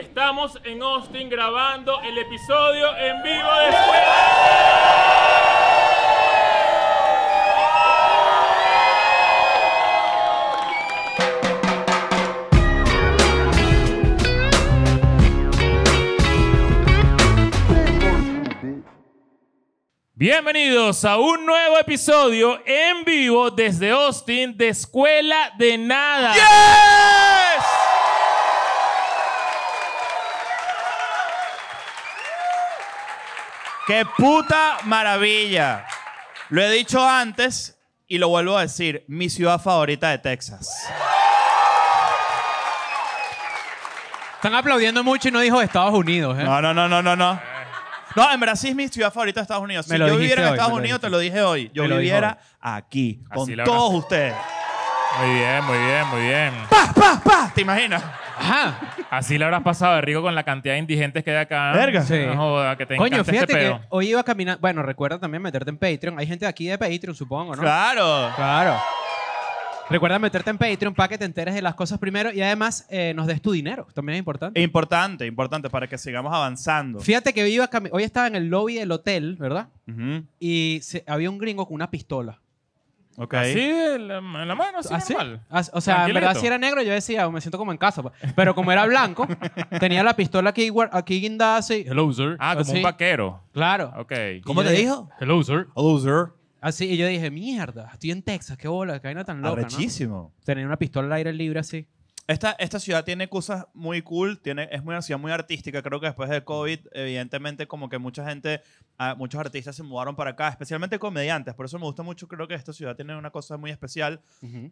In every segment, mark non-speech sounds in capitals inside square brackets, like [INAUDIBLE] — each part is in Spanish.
Estamos en Austin grabando el episodio en vivo de Escuela. Bienvenidos a un nuevo episodio en vivo desde Austin de Escuela de Nada. ¡Qué puta maravilla! Lo he dicho antes y lo vuelvo a decir, mi ciudad favorita de Texas. Están aplaudiendo mucho y no dijo Estados Unidos, ¿eh? No, no, no, no, no, no. No, en Brasil es mi ciudad favorita de Estados Unidos. Si Me lo yo dijiste viviera en hoy, me Estados lo Unidos, dijiste. te lo dije hoy. Yo Me lo dije viviera aquí, con la todos abrazo. ustedes. Muy bien, muy bien, muy bien. ¡Pa, pa, pa! ¿Te imaginas? Ajá. Así le habrás pasado de rico con la cantidad de indigentes que hay acá. Verga. Sí. No joda, que te Coño, encanta este fíjate que pedo. hoy iba caminando. Bueno, recuerda también meterte en Patreon. Hay gente de aquí de Patreon, supongo, ¿no? Claro. Claro. Recuerda meterte en Patreon para que te enteres de las cosas primero y además eh, nos des tu dinero. También es importante. Importante, importante para que sigamos avanzando. Fíjate que iba cami- hoy estaba en el lobby del hotel, ¿verdad? Ujú, Y se- había un gringo con una pistola. Ok. ¿Ah, Así en la, en la mano, así ¿Ah, normal. As- Ah, o sea, en Tranquilito. verdad si era negro yo decía, me siento como en casa. pues. Pero como era [LAUGHS] blanco, tenía la pistola aquí, guar- aquí guindada así. Hello, sir. Ah, como un Así. vaquero. Claro. Ok. ¿Cómo Y yo te dije- dijo? Oh, Hello, sir. Loser. Así, y yo dije, mierda, estoy en Texas, qué bola, qué vaina tan loca, ¿no? Arrechísimo. Tener una pistola al aire libre así. Esta, esta ciudad tiene cosas muy cool, tiene, es muy- una ciudad muy artística. Creo que después de COVID, evidentemente, como que mucha gente, ah, muchos artistas se mudaron para acá, especialmente comediantes. Por eso me gusta mucho, creo que esta ciudad tiene una cosa muy especial.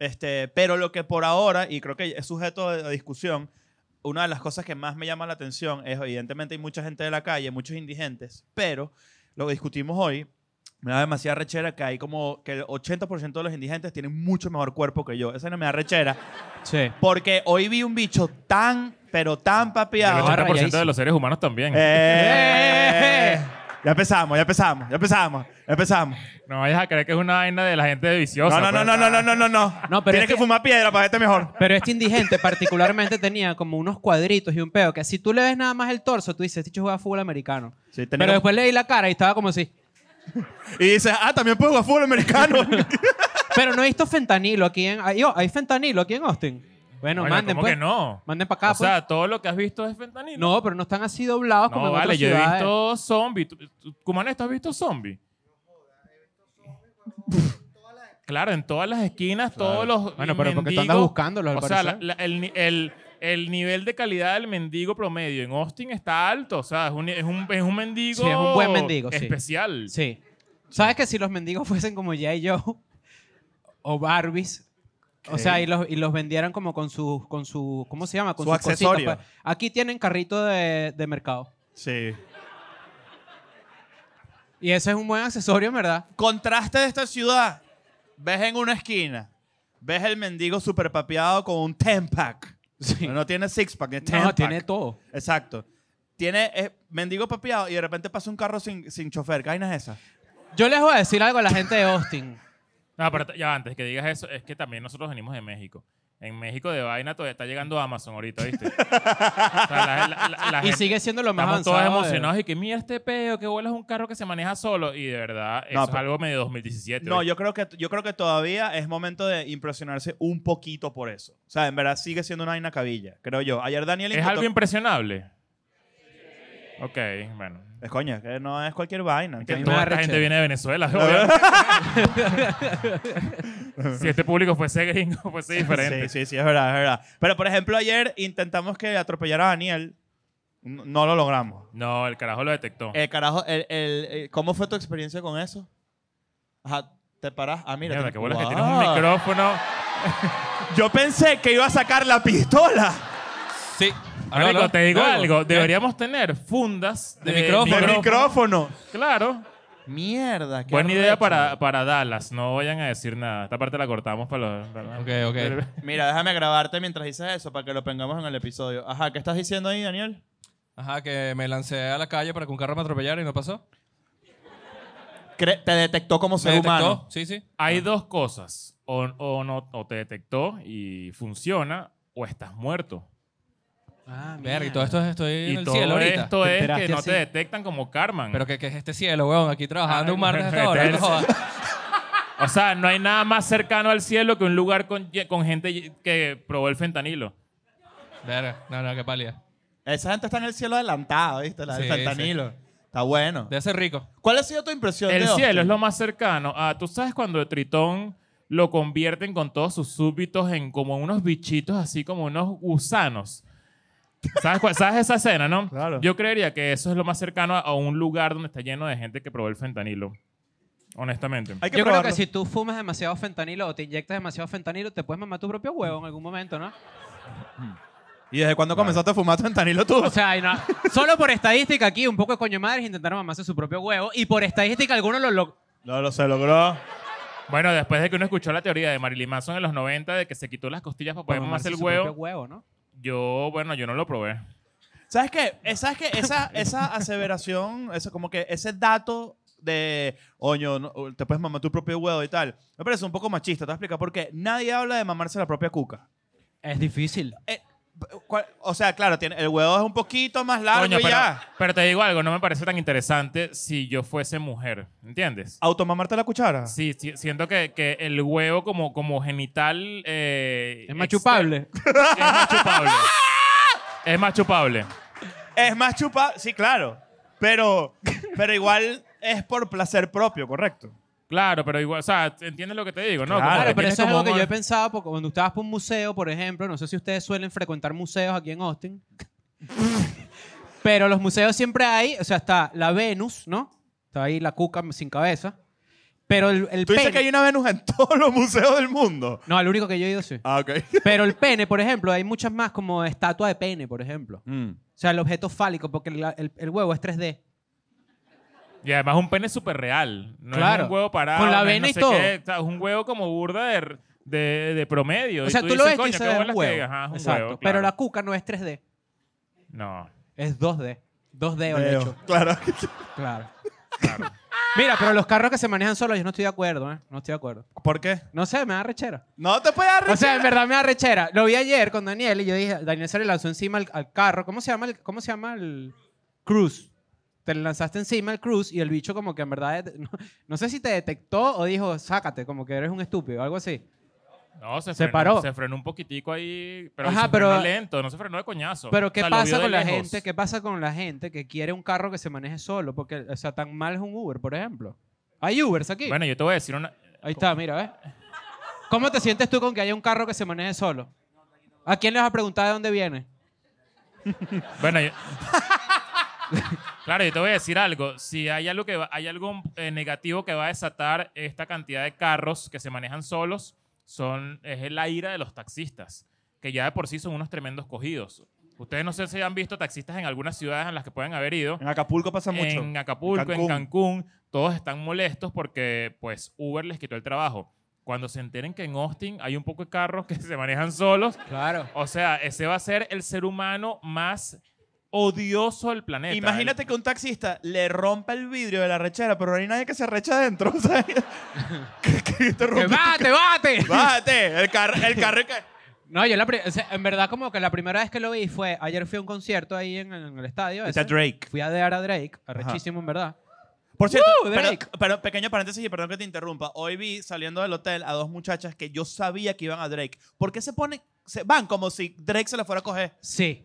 este, pero lo que por ahora, y creo que es sujeto de- a discusión, una de las cosas que más me llama la atención es, evidentemente, hay mucha gente de la calle, muchos indigentes, pero lo que discutimos hoy me da demasiada rechera que hay como que el 80% de los indigentes tienen mucho mejor cuerpo que yo. Esa no me da rechera. Sí. Porque hoy vi un bicho tan, pero tan El papeado. Ahora 80% de rayadísimo. los seres humanos también. Eh, ya empezamos, ya empezamos, ya empezamos, ya empezamos. No vayas a creer que es una vaina de la gente viciosa. No, no, no, pues. no, no, no, no, no, no. No, pero Tienes es que que- fumar piedra para verte mejor. Pero este indigente particularmente tenía como unos cuadritos y un pedo que si tú le ves nada más el torso, tú dices, este chico juega fútbol americano. Sí, tenía Pero como- después leí la cara y estaba como así. Y dices, ah, también puedo jugar fútbol [LAUGHS] americano. Pero no he visto fentanilo aquí en... Ay, oh, ¿Hay fentanilo aquí en Austin? Bueno, Coño, manden ¿cómo pues. que no? Manden para acá, o sea, todo lo que has visto es fentanilo. pues. No, pero pues. no están así doblados como No, en vale, otras yo he ciudades. visto zombies. ¿Tú- tú- Cumanes, ¿tú has visto zombies? Claro, en todas las esquinas, todos los. Bueno, pero porque tú mendigos- andas buscándolos, al O sea, la- parecer. la- el, ni- el- el nivel de calidad del mendigo promedio en Austin está alto. O sea, es un, es un, es un mendigo. Sí, es un buen mendigo, sí. Especial. Sí. ¿Sabes que si los mendigos [LAUGHS] fuesen como ya y Joe o Barbies? O sea, y los, y los vendieran como con sus, con su, ¿cómo se llama? Con Su sus cositas, accesorio. pues. Aquí tienen carrito de, de mercado. sí. Y ese es un buen accesorio, en ¿verdad? Contraste de esta ciudad. Ves en una esquina, ves el mendigo super papeado con un 10-pack. Sí. No tiene six-pack, es 10-pack. No, tiene todo. Exacto. Tiene es mendigo papeado y de repente pasa un carro sin, sin chofer. ¿Qué vaina es esa? Yo les voy a decir algo a la gente de Austin. No, pero t- ya va, antes que digas eso, es que también nosotros venimos de México. En México de vaina todavía está llegando Amazon ahorita, [LAUGHS] ¿viste? O sea, la- la- la- la y gente- sigue siendo lo más Estamos avanzado. todos de- emocionados y que mira este pedo, que vuelas un carro que se maneja solo. Y de verdad, eso No, es pero- algo medio 2017. No, ¿viste? yo creo, que, yo creo que todavía es momento de impresionarse un poquito por eso. O sea, en verdad sigue siendo una vaina cabilla, creo yo. Ayer Daniel ¿Es intentó- algo impresionable? Ok, bueno. Es coño, que no es cualquier vaina. Que mí me toda da esta gente rechera. viene de Venezuela. obviamente. [LAUGHS] si este público fuese gringo, fuese diferente. Sí, sí, sí, es verdad, es verdad. Pero, por ejemplo, ayer intentamos que atropellara a Daniel. No no lo logramos. No, el carajo lo detectó. El Eh, carajo, el, el- el- ¿cómo fue tu experiencia con eso? Ajá, te paras. Ah, mira. Mierda, tienes- que bolas que Wow. tienes un micrófono. Yo pensé que iba a sacar la pistola. Sí. Aló, Marico, aló. te digo ¿No oigo? algo. Eh. ¿Qué? Deberíamos tener fundas De micrófono. De micrófono. Claro. Mierda. qué Buena idea arrecho. para, para Dallas. No vayan a decir nada. Esta parte la cortamos para los... para- Ok, ok. Mira, déjame grabarte mientras dices eso para que lo pongamos en el episodio. Ajá, ¿qué estás diciendo ahí, Daniel? Ajá, que me lancé a la calle para que un carro me atropellara y no pasó. Cre- te detectó como ¿Me ser detectó? humano. Sí, sí. Hay dos cosas. O, o no, o te detectó y funciona, o estás muerto. Ah, Verga, y mierda. todo esto es- estoy en Y el todo cielo ahorita. esto ¿Te es que enteraste no así? te detectan como Carman. Pero que, que es este cielo, weón, aquí trabajando Ah, Ay, [LAUGHS] un martes mujer, hasta ahora. vete no jodas. O sea, no hay nada más cercano al cielo que un lugar con, ye- con gente ye- que probó el fentanilo. Verga, no, no, qué pálida. Esa gente está en el cielo adelantado, ¿viste? La Sí, del fentanilo. Está bueno. Debe ser rico. ¿Cuál ha sido tu impresión El de cielo es Austin? lo más cercano. a- Tú sabes cuando el Tritón lo convierten con todos sus súbditos en como unos bichitos, así como unos gusanos. ¿Sabes, cuál- sabes esa escena, no? Claro. Yo creería que eso es lo más cercano a- a un lugar donde está lleno de gente que probó el fentanilo. Honestamente. Hay que Yo creo probarlo. que si tú fumas demasiado fentanilo o te inyectas demasiado fentanilo, te puedes mamar tu propio huevo en algún momento, ¿no? ¿Y desde cuándo comenzaste a fumar fentanilo tú? O sea, y no- solo por estadística aquí, un poco de coño madres intentaron mamarse su propio huevo y por estadística algunos lo, lo- no, lo se logró. Bueno, después de que uno escuchó la teoría de Marilyn Manson en los 90 de que se quitó las costillas para poder mamarse mamarse el su huevo, propio huevo, ¿no? yo, bueno, yo no lo probé. ¿Sabes qué? Eh, ¿Sabes qué? Esa, esa aseveración, esa, como que ese dato de, oño, no, te puedes mamar tu propio huevo y tal, me parece un poco machista. Te voy a explicar por qué. Nadie habla de mamarse la propia cuca. Es difícil. Eh, ¿cuál- o sea, claro, tiene, el huevo es un poquito más largo Coño, y pero, [LAUGHS] ya. pero te digo algo, no me parece tan interesante si yo fuese mujer, ¿entiendes? ¿Automamarte la cuchara? Sí, sí, siento que, que el huevo como, como genital... eh, Es más exter- chupable. Es más chupable. es más chupable. Es más chupa, sí, claro. Pero, pero igual es por placer propio, correcto. Claro, pero igual, o sea, ¿entiendes lo que te digo? No, Claro. Como que Claro, pero tiene eso es algo como que un- yo he pensado, porque cuando estabas por un museo, por ejemplo, no sé si ustedes suelen frecuentar museos aquí en Austin, [LAUGHS] pero los museos siempre hay, o sea, está la Venus, ¿no? Está ahí la cuca sin cabeza, pero el, el Tú dices pene- que hay una Venus en todos los museos del mundo. No, el único que yo he ido sí. Ah, ok. Pero el pene, por ejemplo, hay muchas más como estatua de pene, por ejemplo. Mm. O sea, el objeto fálico, porque la- el, el huevo es 3D. Y además un pene súper real. No Claro. es un huevo parado. Con no la es vena no y sé todo. qué, o sea, es un huevo como burda de, de, de promedio. O Y sea, tú, lo dices, ves "Coño, y se qué ve un bolas que- huevo. ajá, es un Exacto. huevo, Pero claro. la cuca no es 3D, No. es 2D. 2D Veo, o lecho. Claro. Claro. [LAUGHS] Mira, pero los carros que se manejan solos, yo no estoy de acuerdo, ¿eh? No estoy de acuerdo. ¿Por qué? No sé, me da rechera. No te puedes arreglar. O sea, en verdad me da rechera. Lo vi ayer con Daniel y yo dije, Daniel se le lanzó encima al, al carro. ¿Cómo se llama el, cómo se llama el Cruz? Te le lanzaste encima al Cruz y el bicho como que en verdad, [LAUGHS] det- no, no sé si te detectó o dijo, sácate, como que eres un estúpido, algo así. No, se, Se frenó, paró. Se frenó un poquitico ahí, pero Ajá, se frenó pero- lento, no se frenó de coñazo. Pero O ¿qué sea, lo vio pasa de con la lejos. gente? ¿Qué pasa con la gente que quiere un carro que se maneje solo? Porque, o sea, tan mal es un Uber, por ejemplo. Hay Ubers aquí. Bueno, yo te voy a decir una... Ahí está, mira, ¿ves? ¿Cómo te sientes tú con que haya un carro que se maneje solo? ¿A quién le vas a preguntar de dónde viene? Bueno, yo... [LAUGHS] claro, yo te voy a decir algo. Si hay algo, que va- hay algo eh, negativo que va a desatar esta cantidad de carros que se manejan solos, son, es la ira de los taxistas, que ya de por sí son unos tremendos cogidos. Ustedes no sé si han visto taxistas en algunas ciudades en las que pueden haber ido. En Acapulco pasa mucho. En Acapulco, en Cancún. Cancún, todos están molestos porque pues Uber les quitó el trabajo. Cuando se enteren que en Austin hay un poco de carros que [LAUGHS] se manejan solos, Claro. o sea, ese va a ser el ser humano más odioso del planeta. Imagínate que un taxista le rompa el vidrio de la rechera, pero no hay nadie que se arrecha adentro. [LAUGHS] O sea, que, que te ¡Que rompe. [LAUGHS] bate, bate! Bájate, el carro. El carro No, yo la pri- o sea, en verdad como que la primera vez que lo vi fue, ayer fui a un concierto ahí en, en el estadio. ese. Drake. Fui a ver a Drake, arrechísimo en verdad. Por cierto, Woo, pero- Drake. Pero, pequeño paréntesis y perdón que te interrumpa. Hoy vi saliendo del hotel a dos muchachas que yo sabía que iban a Drake. ¿Por qué se ponen, se van como si Drake se la fuera a coger? Sí.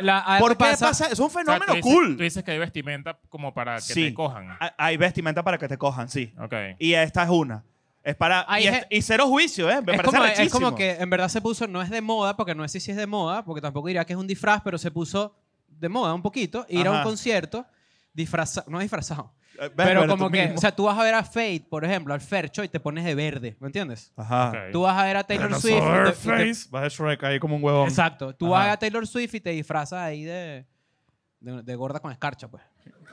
La, algo ¿Por qué pasa? Es un O sea, fenómeno tú dices- cool. Tú dices que hay vestimenta como para que Sí. te cojan. Ah, Ha- Hay vestimenta para que te cojan, sí. Ok. Y esta es una. Es para. Hay Y, es- gen- y cero juicio, ¿eh? Me es parece como, es rechísimo. como que en verdad se puso, no es de moda, porque no sé si es de moda, porque tampoco diría que es un disfraz, pero se puso de moda un poquito, ir a Ajá. un concierto disfrazado, no disfrazado, Eh, ves, pero eres como tú que, mismo. o sea, tú vas a ver a Fate, por ejemplo, al Fercho y te pones de verde, ¿me entiendes? Ajá. Ok. Tú vas a ver a Taylor Swift. y te- y te- Vas a Shrek ahí como un huevón. exacto. Tú Ajá. vas a ver a Taylor Swift y te disfrazas ahí de, de, de gorda con escarcha, pues.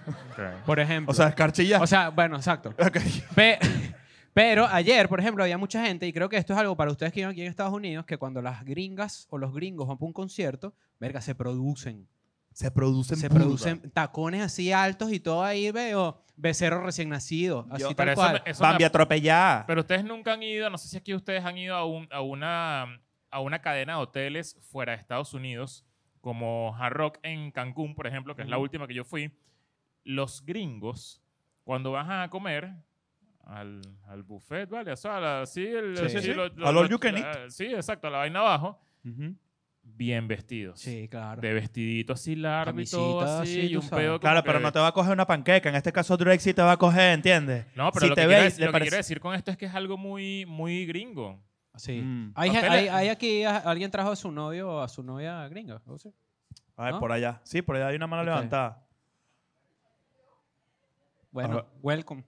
ok. Por ejemplo. O sea, escarchilla. O sea, bueno, exacto. Ok. Pe- [LAUGHS] Pero ayer, por ejemplo, había mucha gente, y creo que esto es algo para ustedes que viven aquí en Estados Unidos, que cuando las gringas o los gringos van para un concierto, verga, se producen. Se producen. Se burda. producen tacones así altos y todo ahí veo becerro recién nacido, así Yo- tal Pero eso, cual. me- eso me- Bambi atropellada. Pero ustedes nunca han ido, no sé si aquí ustedes han ido a, un- a una, a una cadena de hoteles fuera de Estados Unidos como Hard Rock en Cancún, por ejemplo, que es la Ujú. última que yo fui, los gringos, cuando van a comer al, al buffet, ¿vale? O sea, la- sí, el, Sí, sí, sí. lo- lo- Al all lo- you can la- sí, exacto, la vaina abajo, Ujú. bien vestidos. Sí, claro. De vestidito así largo y todo Camisita, así, sí, y tú un sabes. pedo como Claro, pero que- no te va a coger una panqueca. En este caso, Drake sí te va a coger, ¿entiendes? No, pero si lo, te que ve quiero, y dec- le lo que parece- quiero decir con esto es que es algo muy, muy gringo. Sí. Mm. Hay, gen- Ustedes- hay, hay aquí, a- alguien trajo a su novio o a su novia gringa. ¿o sí? A ver, ¿No? por allá. Sí, por allá hay una mano Ok. levantada. Bueno, Ajá. welcome.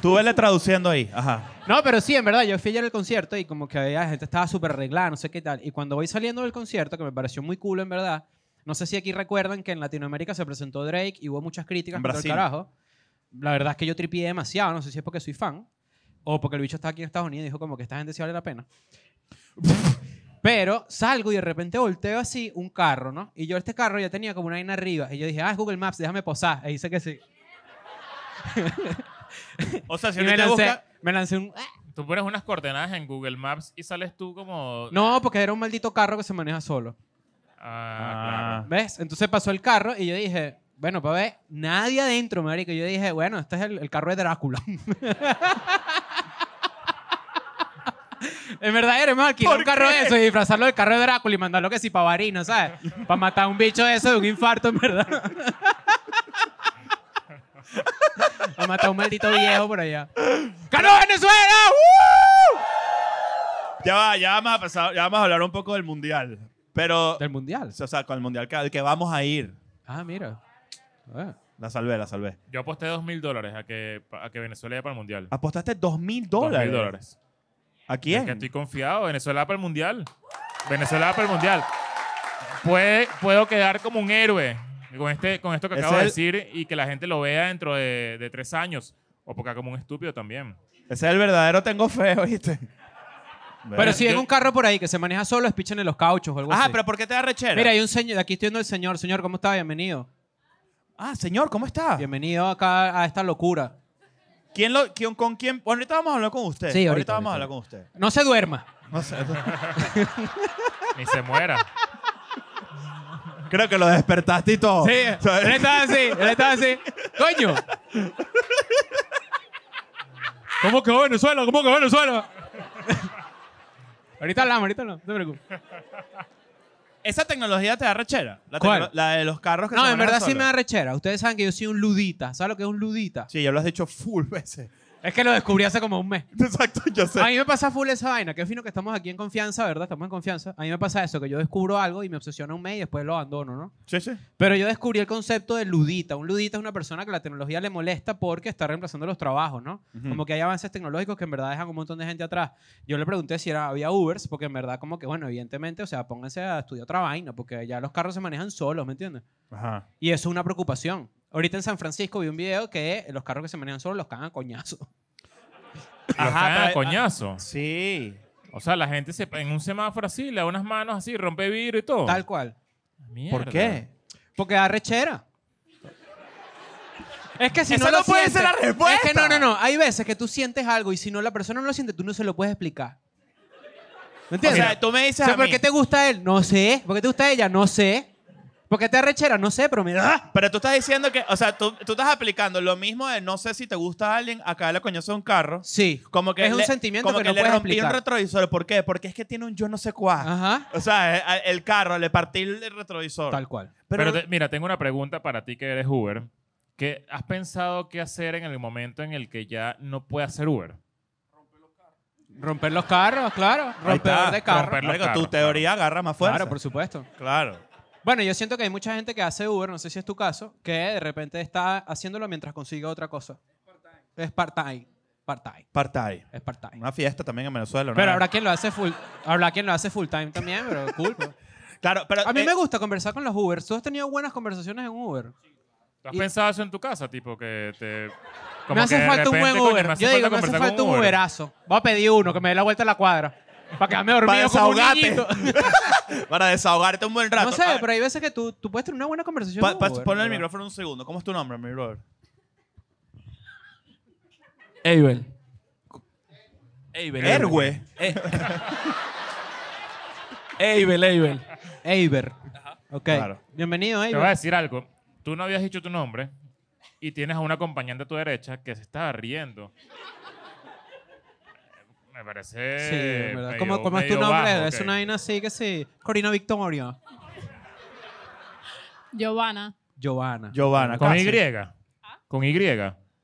Tú vele traduciendo ahí. [LAUGHS] Ajá. No, pero sí, en verdad, yo fui ayer al concierto y como que la gente estaba súper arreglada, no sé qué tal. Y cuando voy saliendo del concierto, que me pareció muy cool, en verdad, no sé si aquí recuerdan que en Latinoamérica se presentó Drake y hubo muchas críticas En contra el Brasil. carajo. La verdad es que yo tripié demasiado, no sé si es porque soy fan o porque el bicho está aquí en Estados Unidos y dijo como que esta gente sí vale la pena. Pero salgo y de repente volteo así un carro, ¿no? Y yo este carro ya tenía como una vaina arriba. Y yo dije, ah, es Google Maps, déjame posar. Y dice que sí. O sea, si y me ahorita lancé, busca- me lancé un... Tú pones unas coordenadas en Google Maps y sales tú como... No, porque era un maldito carro que se maneja solo. Ah, Ah. ¿Ves? Entonces pasó el carro y yo dije, bueno, para ver, nadie adentro, marico. Yo dije, bueno, este es el, el carro de Drácula. [LAUGHS] En verdad, era mejor alquilar un carro de eso y disfrazarlo del carro de Drácula y mandarlo que si para Barino, ¿sabes? Para matar a un bicho de eso de un infarto, en verdad. [LAUGHS] Para matar a un maldito viejo por allá. ¡Ganó Venezuela! Ya va, ya vamos, a pasar- ya vamos a hablar un poco del mundial. Pero, ¡Uh! Del mundial. o sea, con el mundial que, al que vamos a ir. Ah, mira. Ah. La salvé, la salvé. Yo aposté dos mil dólares a que, a que Venezuela iba para el Mundial. ¿Apostaste dos mil Dos mil dólares? dólares. ¿A Es que quién? estoy confiado. Venezuela va para el Mundial. Venezuela va para el Mundial. Puede, puedo quedar como un héroe con, este, con esto que Es acabo de el- decir y que la gente lo vea dentro de, de tres años. O porque como un estúpido también. Ese es el verdadero tengo fe, [LAUGHS] ¿oíste? Pero Bueno. si ven un carro por ahí que se maneja solo, espíchenle los cauchos o algo Ajá, así. Ah, pero ¿por qué te da rechera? Mira, hay un señor, aquí estoy viendo el señor. Señor, ¿cómo está? Bienvenido. Ah, señor, ¿cómo está? Bienvenido acá a esta locura. ¿Quién lo, quién- ¿Con quién? Bueno, ahorita vamos a hablar con usted. Sí, ahorita, vamos a ahorita. hablar con usted. No se duerma. No sé. Ni se muera. [LAUGHS] Creo que lo despertaste y todo. Sí, [LAUGHS] O sea, él estaba así, él estaba así. ¡Coño! ¿Cómo quedó Venezuela? ¿Cómo quedó Venezuela? ahorita hablamos, ahorita no, no te preocupes. Esa tecnología te da rechera. La, ¿Cuál? tecno- la de los carros que No, se en manejan verdad sí solos. me da rechera. Ustedes saben que yo soy un ludita. ¿Sabes lo que es un ludita? Sí, ya lo has dicho full [LAUGHS] veces. Es que lo descubrí hace como un mes. Exacto, yo sé. A mí me pasa full esa vaina. Qué fino que estamos aquí en confianza, ¿verdad? Estamos en confianza. A mí me pasa eso, que yo descubro algo y me obsesiona un mes y después lo abandono, ¿no? Sí, sí. Pero yo descubrí el concepto de ludita. Un ludita es una persona que la tecnología le molesta porque está reemplazando los trabajos, ¿no? Ujú. Como que hay avances tecnológicos que en verdad dejan un montón de gente atrás. Yo le pregunté si era, había Ubers, porque en verdad como que, bueno, evidentemente, o sea, pónganse a estudiar otra vaina, porque ya los carros se manejan solos, ¿me entiendes? Ajá. Y eso es una preocupación. Ahorita en San Francisco vi un video que los carros que se manejan solos los cagan a coñazo. Lo Ajá, cagan a pero- coñazo. ah, Sí. O sea, la gente se, en un semáforo así, le da unas manos así, rompe vidrio y todo. Tal cual. Mierda. ¿Por qué? Porque da rechera. Es que si Esa no lo no puede ser la sientes- respuesta. Es que no, no, no. Hay veces que tú sientes algo y si no la persona no lo siente, tú no se lo puedes explicar. O ¿Me entiendes? sea, tú me dices O sea, a ¿por mí- qué te gusta él? No sé. ¿Por qué te gusta ella? No sé. ¿Por qué te arrechera? No sé, pero me da. Pero tú estás diciendo que, o sea, tú, tú estás aplicando lo mismo de no sé si te gusta a alguien, acá le coñazo a un carro. Sí. Como que es un le- sentimiento como que, no le puedes rompí explicar. un retrovisor. ¿Por qué? Porque es que tiene un yo no sé cuá. Ajá. O sea, eh, eh, el carro, le partí el retrovisor. Tal cual. Pero, te- mira, tengo una pregunta para ti que eres Uber. ¿Qué has pensado qué hacer en el momento en el que ya no puedas hacer Uber? Romper los carros, claro. Ahí Rompedor está, de carros. romper- Marico, los carros, tu teoría agarra más fuerza. Claro, por supuesto. Claro. Bueno, yo siento que hay mucha gente que hace Uber, no sé si es tu caso, que de repente está haciéndolo mientras consigue otra cosa. Es part-time. Part-time. Partai. Es part-time. Una fiesta también en Venezuela. ¿no? Pero habrá quien lo hace full, habrá quien lo hace full time también, pero [LAUGHS] cool. pues. Claro, pero. A mí eh, me gusta conversar con los Ubers. ¿Tú has tenido buenas conversaciones en Uber? ¿Tú has Y- pensado eso en tu casa? Tipo que te... como me hace que de falta un repente, buen coño, Uber. me hace Yo digo, me hace conversar con falta un Uberazo. Voy a pedir uno que me dé la vuelta a la cuadra. Para quedarme Para dormido como un desahogarte. niñito. [LAUGHS] para desahogarte un buen rato. Ah, No sé, A ver, pero hay veces que tú, tú puedes tener una buena conversación pa- en pa- Uber, ponle el ¿verdad? micrófono un segundo. ¿Cómo es tu nombre, mi brother? Eibel. Eibel. Erwe. Eibel, Eibel. Eiber. Ok. Claro. Bienvenido, Te voy a Eiber. decir algo. Tú no habías dicho tu nombre y tienes a una acompañante a tu derecha que se estaba riendo. Me parece. Sí, es verdad. Eh, medio- ¿Cómo, cómo es tu medio nombre? bajo, es ok. una vaina así que sí. Corina Victoria. Giovanna. Giovanna. Giovanna. Con casi. Y. Con Y.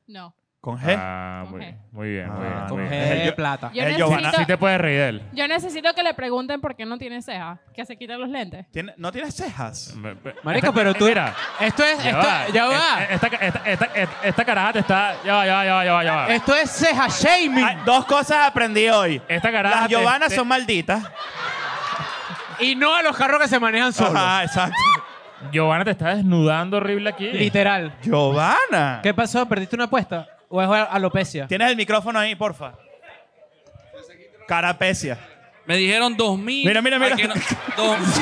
No. Con G. Ah, Con muy G. bien. Muy bien. muy Ah, bien, Con muy G bien. Eh, de yo- plata. Yo, Eh, Giovanna. necesito, Sí te puedes reír de él. yo necesito que le pregunten por qué no tiene ceja. Que se quiten los lentes. ¿Tiene- ¿No tienes cejas? Marico, pero tú- Mira, Esto es. ya esto, va. ya va. Eh, eh, Esta, esta, esta, esta- esta caraja te está. Ya va, ya va, ya va, ya va. Ya va. Esto es ceja shaming. Ay, dos cosas aprendí hoy. Esta caraja. Las Mm. Este te- Giovannas te- son malditas. Y no a los carros que se manejan solos. [LAUGHS] Ajá, exacto. Giovanna te está desnudando horrible aquí. Literal. Giovanna. ¿Qué pasó? ¿Perdiste una apuesta? ¿O es alopecia? ¿Tienes el micrófono ahí, porfa? Carapecia. Me dijeron 2000. Mira, mira, mira. Ay, que no- dos-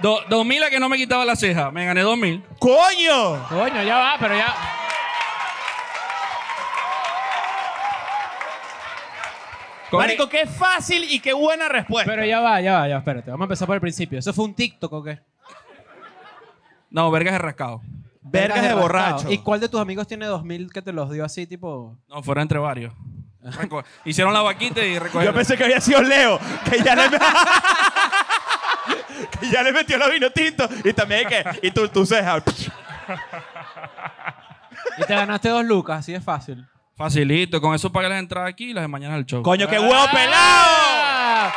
Do- 2000 a que no me quitaba la ceja. Me gané 2000. ¡Coño! Coño, ya va, pero ya. Con- Marico, qué fácil y qué buena respuesta. Pero ya va, ya va, ya va, espérate. Vamos a empezar por el principio. ¿Eso fue un TikTok o qué? No, vergas de rascado. Vergas de borracho. ¿Y cuál de tus amigos tiene 2000 que te los dio así, tipo? No, fueron entre varios. Reco- [LAUGHS] Hicieron la vaquita y Yo recogieron. pensé que había sido Leo, que ya [LAUGHS] le, que ya le metió los vino tinto y también que y tu, tu ceja. Y te ganaste dos lucas, así es fácil. Facilito. Con eso pagué las entradas aquí y las de mañana al show. Coño, qué huevo pelado.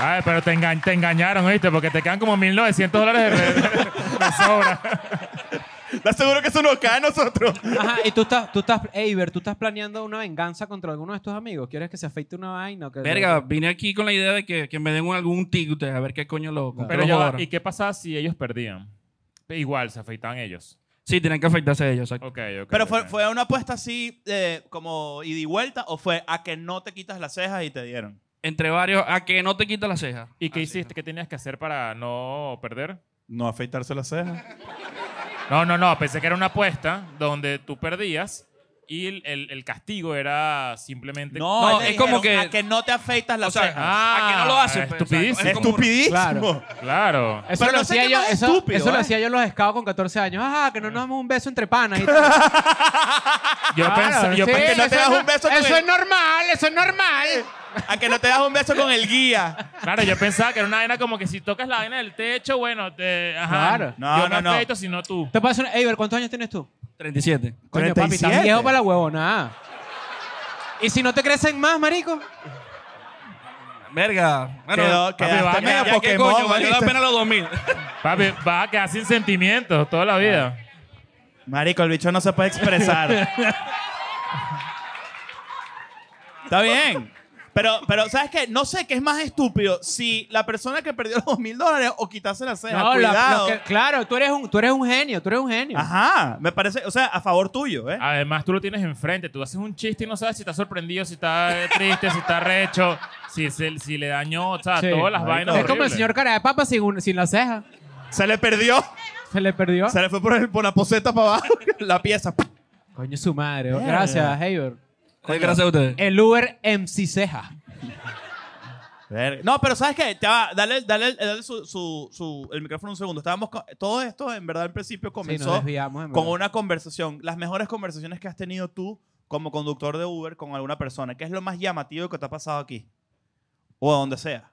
Ay, pero te, enga- te engañaron, ¿viste? Porque te quedan como 1900 dólares de, re- de sobra. Te aseguro que eso nos cae a nosotros. Ajá, y tú estás, tú estás, Eiber, tú estás planeando una venganza contra alguno de tus amigos. ¿Quieres que se afeite una vaina? o que- Verga, vine aquí con la idea de que, que me den un- algún ticket a ver qué coño lo. con qué Pero lo ya va, jodan. ¿y qué pasaba si ellos perdían? Igual se afeitaban ellos. Sí, tienen que afectarse ellos. exacto. Ok, ok. Pero fue, ok. fue una apuesta así eh, como ida y vuelta o fue a que no te quitas las cejas y te dieron. Entre varios, a que no te quita la ceja. ¿Y qué hiciste? ¿Qué tenías que hacer para no perder? No afeitarse las cejas. No, no, no. Pensé que era una apuesta donde tú perdías y el, el- el castigo era simplemente. No, No, le es como dijeron, que- a que no te afeitas las O sea, cejas. Ah, a que no lo hacen. pues, estupidísimo. exacto. Es como- Estupidísimo. Claro. Claro. Eso Pero lo no sé hacía qué yo, más eso, estúpido, eso lo ¿eh? hacía yo en los escados con 14 años. Ajá, que no nos damos un beso [LAUGHS] entre panas. Y tal. Yo pensé. Yo sí, pensé- que no te eso das es un beso con Eso el- es normal, eso es normal. A que no te das un beso con el guía. Claro, yo pensaba que era una vaina como que si tocas la vaina del techo, bueno, te. Ajá. Claro. No, yo no, me no. afeito, sino tú. Te pasa una... Eiber, ¿cuántos años tienes tú? 37. Coño, papi, estás 37. viejo para la huevona. ¿Y si no te crecen más, marico? Verga. Bueno, Quedó- papi, quedaste va, medio ya, ¿Para qué Pokémon, coño? Valió la ¿oíste? pena [LAUGHS] los 2000. Papi, vas a quedar sin sentimientos toda la vida. Marico, el bicho no se puede expresar. Está bien. Pero, pero, ¿sabes qué? No sé qué es más estúpido. Si la persona que perdió los dos mil dólares o quitarse la ceja. No, la- cuidado. los que- claro, tú eres, un, tú eres un genio, tú eres un genio. Ajá. Me parece, o sea, a favor tuyo, Ah. ¿eh? Además, tú lo tienes enfrente. Tú haces un chiste y no sabes si está sorprendido, si está eh, triste, si está recho, si, se- si le dañó, o sea, Sí. todas las vainas. es como el horribles. señor cara de papa sin, un- sin la ceja. Se le perdió. Se le perdió. Se le fue por, el- por la poseta para [LAUGHS] abajo. la pieza. Coño, su madre. Gracias, Eiber. Gracias a ustedes. El Uber MC Ceja. Verga. No, pero ¿sabes qué? Ya va, dale, dale, dale su, su- su- el micrófono un segundo. Estábamos con- todo esto, en verdad, al principio nos comenzó desviamos, en con verdad. una conversación. Las mejores conversaciones que has tenido tú como conductor de Uber con alguna persona. ¿Qué es lo más llamativo que te ha pasado aquí? O donde sea.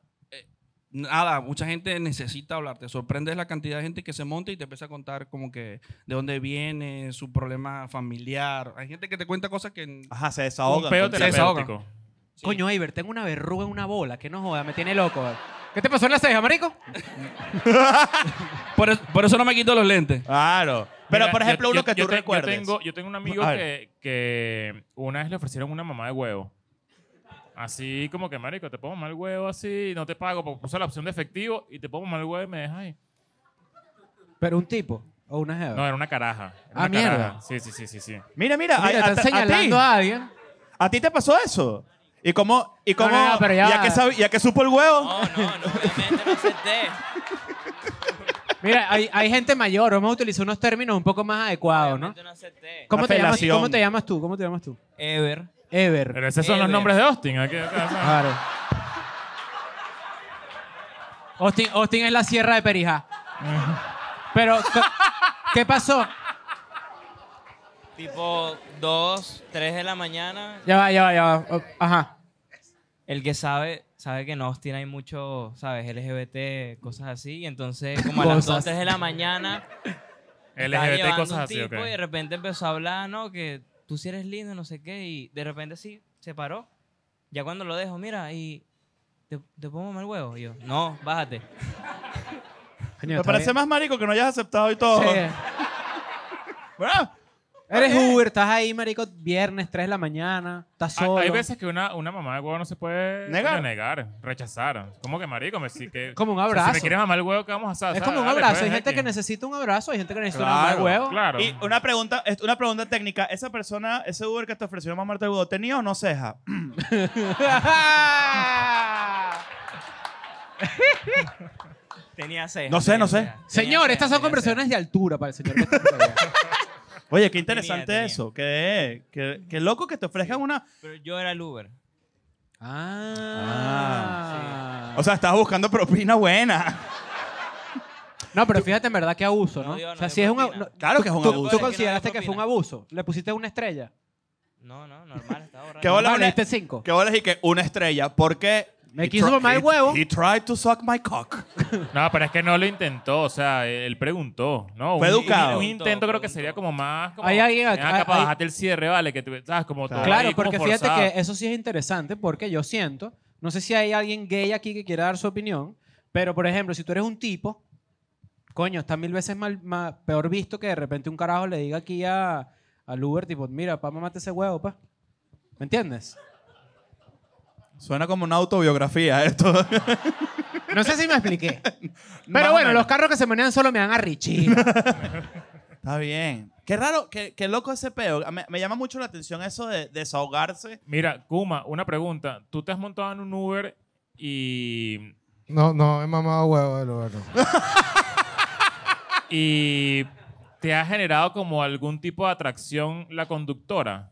Nada, mucha gente necesita hablar. Te sorprende la cantidad de gente que se monta y te empieza a contar como que de dónde viene, su problema familiar. Hay gente que te cuenta cosas que... Ajá, se Un desahogan. peo contigo. terapéutico. terapéutico. Sí. Coño, Eiber, tengo una verruga en una bola. Que no joda, me tiene loco. eh. ¿Qué te pasó en la ceja, marico? Por, es- por eso no me quito los lentes. Claro. Pero, Mira, por yo- ejemplo, yo- uno que yo tú te- recuerdes. Yo tengo, yo tengo un amigo A que, que una vez le ofrecieron una mamá de huevo. Así como que, marico, te pongo mal huevo así, no te pago, porque puso la opción de efectivo y te pongo mal huevo y me dejas ahí. Pero un tipo. O una jeva. No, era una caraja. Era Ah, una mierda. caraja. Sí, sí, sí, sí, sí. Mira, mira. Mira, a, a- están a ti, señalando a, alguien. ¿A ti te pasó eso. ¿Y cómo? ¿Y cómo? no, no, pero ya ya, va. que sabe- ya que supo el huevo. No, no, no, obviamente no acepté. Mira, hay, hay gente mayor. Vamos a utilizar unos términos un poco más adecuados, ¿no? Obviamente no acepté. ¿Cómo te, llamas, Apelación. ¿Cómo te llamas tú? ¿Cómo te llamas tú? Ever. Ever. Pero esos son los Ever. nombres de Austin. aquí, acá, acá. Claro. Austin, Austin es la sierra [LAUGHS] de Perijá. Pero, ¿qué- ¿qué pasó? Tipo 2, 3 de la mañana. Ya va, ya va, ya va. Oh, Ajá. El que sabe, sabe que en Austin hay mucho, ¿sabes? LGBT, cosas así. Y entonces, como a las Cosas. 2, 3 de la mañana. estaba LGBT y llevando cosas un así, ok. tipo Y de repente empezó a hablar, ¿no? Que tú sí eres lindo, no sé qué. Y de repente sí, se paró. Ya cuando lo dejo, mira, y. ¿Te, te puedo mamar el huevo? Y yo, no, bájate. Coño, Me está parece bien. más marico que no hayas aceptado y todo. Sí. ¿Verdad? Eres Uber, estás ahí, marico, viernes, 3 de la mañana, estás Ah, solo. Hay veces que una, una mamá de huevo no se puede Negar. coño, negar rechazar. Como que marico, me sí que. Como un o sea, abrazo. si me quieres mamar el huevo, ¿qué vamos a hacer? ¿Sabes? es como un Dale, abrazo. pues, Hay gente X. que necesita un abrazo, hay gente que necesita Claro, un mamá de huevo. Claro. Y una pregunta, es- una pregunta técnica. ¿Esa persona, ese Uber que te ofreció mamarte el huevo, tenía o no ceja? Tenía seis. No sé, no sé. Señor, estas son conversaciones de altura para el señor. Oye, qué interesante Tenía, tenía. eso. Qué, qué, qué loco que te ofrezcan una... Pero yo era el Uber. [LAUGHS] ah. O sea, estás buscando propina buena. No, pero fíjate en verdad que abuso, ¿no? No dio- no o sea, dio si es un propina. abu- no, Claro que es un tú- abuso. Tú Es que no dio consideraste que fue un propina. abuso. Le pusiste una estrella. No, no, normal, estaba borracho. ¿Qué bola? Hola, Vale, una- diste cinco. Que bolas y que una estrella. Porque... Me he quiso tri- mamar el he- huevo. He tried to suck my cock. No, pero es que no lo intentó, o sea, él preguntó, ¿no? Fue Un- educado. Un, intento creo que sería Preguntó, preguntó. como más... Como, Hay alguien "Ven acá- acá para hay- bajarte el cierre, ¿vale? Que tú, ¿sabes? Como todo Claro, ahí como porque fíjate forzado. que eh, eso sí es interesante porque yo siento, no sé si hay alguien gay aquí que quiera dar su opinión, pero por ejemplo, si tú eres un tipo, coño, está mil veces mal, ma- peor visto que de repente un carajo le diga aquí a, al Uber, tipo, mira, pa, mamate ese huevo, pa. ¿Me entiendes? Suena como una autobiografía esto. No sé si me expliqué. Más Pero o bueno, menos. los carros que se manejan solo me dan a Richie. [LAUGHS] Está bien. Qué raro, qué, qué loco ese peo. Me, me llama mucho la atención eso de desahogarse. Mira, Kuma, una pregunta. Tú te has montado en un Uber y... No, no, he mamado huevo de lo bueno. y ¿Te ha generado como algún tipo de atracción la conductora?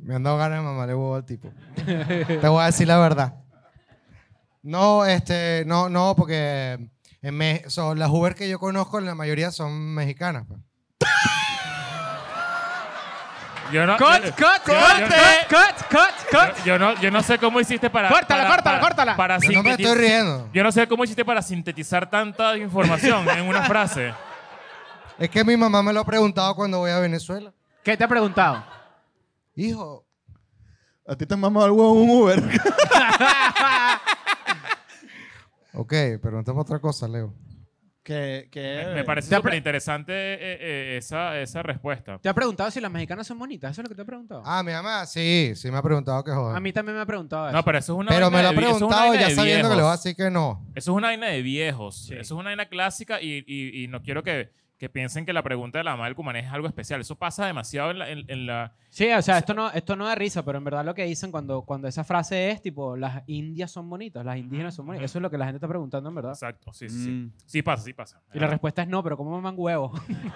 Me han dado ganas de mamarle huevo al tipo. Te voy a decir la verdad. No, este, no, no, porque en Me- son las Uber que yo conozco, la mayoría son mexicanas. pues. Yo no... cut, cut, yo- cut, yo- cut, cut, cut. Yo, yo no, yo no sé cómo hiciste para... Córtala, para- córtala, para- para córtala. Yo no me sintetiz- estoy riendo. Yo no sé cómo hiciste para sintetizar tanta información en una frase. Es que mi mamá me lo ha preguntado cuando voy a Venezuela. ¿Qué te ha preguntado? Hijo, A ti te han mamado el huevo un Uber. ok, pero estamos otra cosa, Leo. que, Me- Me parece Te ha pre- súper interesante esa, esa respuesta. ¿Te ha preguntado si las mexicanas son bonitas? ¿Eso es lo que te ha preguntado? Ah, mi mamá, sí, sí me ha preguntado que joder. A mí también me ha preguntado eso. No, pero eso es una pero vaina me lo ha de vie- eso es una preguntado vaina ya de sabiendo que le voy a viejos. decir que no. Eso es una vaina de viejos. Eso es una vaina clásica y, y- y no quiero que, que piensen que la pregunta de la mamá del cumanés es algo especial. Eso pasa demasiado en la... en- en la- Sí, o sea, esto no, esto no da risa, pero en verdad lo que dicen cuando, cuando esa frase es tipo, las indias son bonitas, las indígenas son bonitas. Eso es lo que la gente está preguntando, en verdad. Exacto, sí, sí, sí. Mm. Sí pasa, sí pasa. Y la respuesta es no, pero ¿cómo maman huevo? [LAUGHS]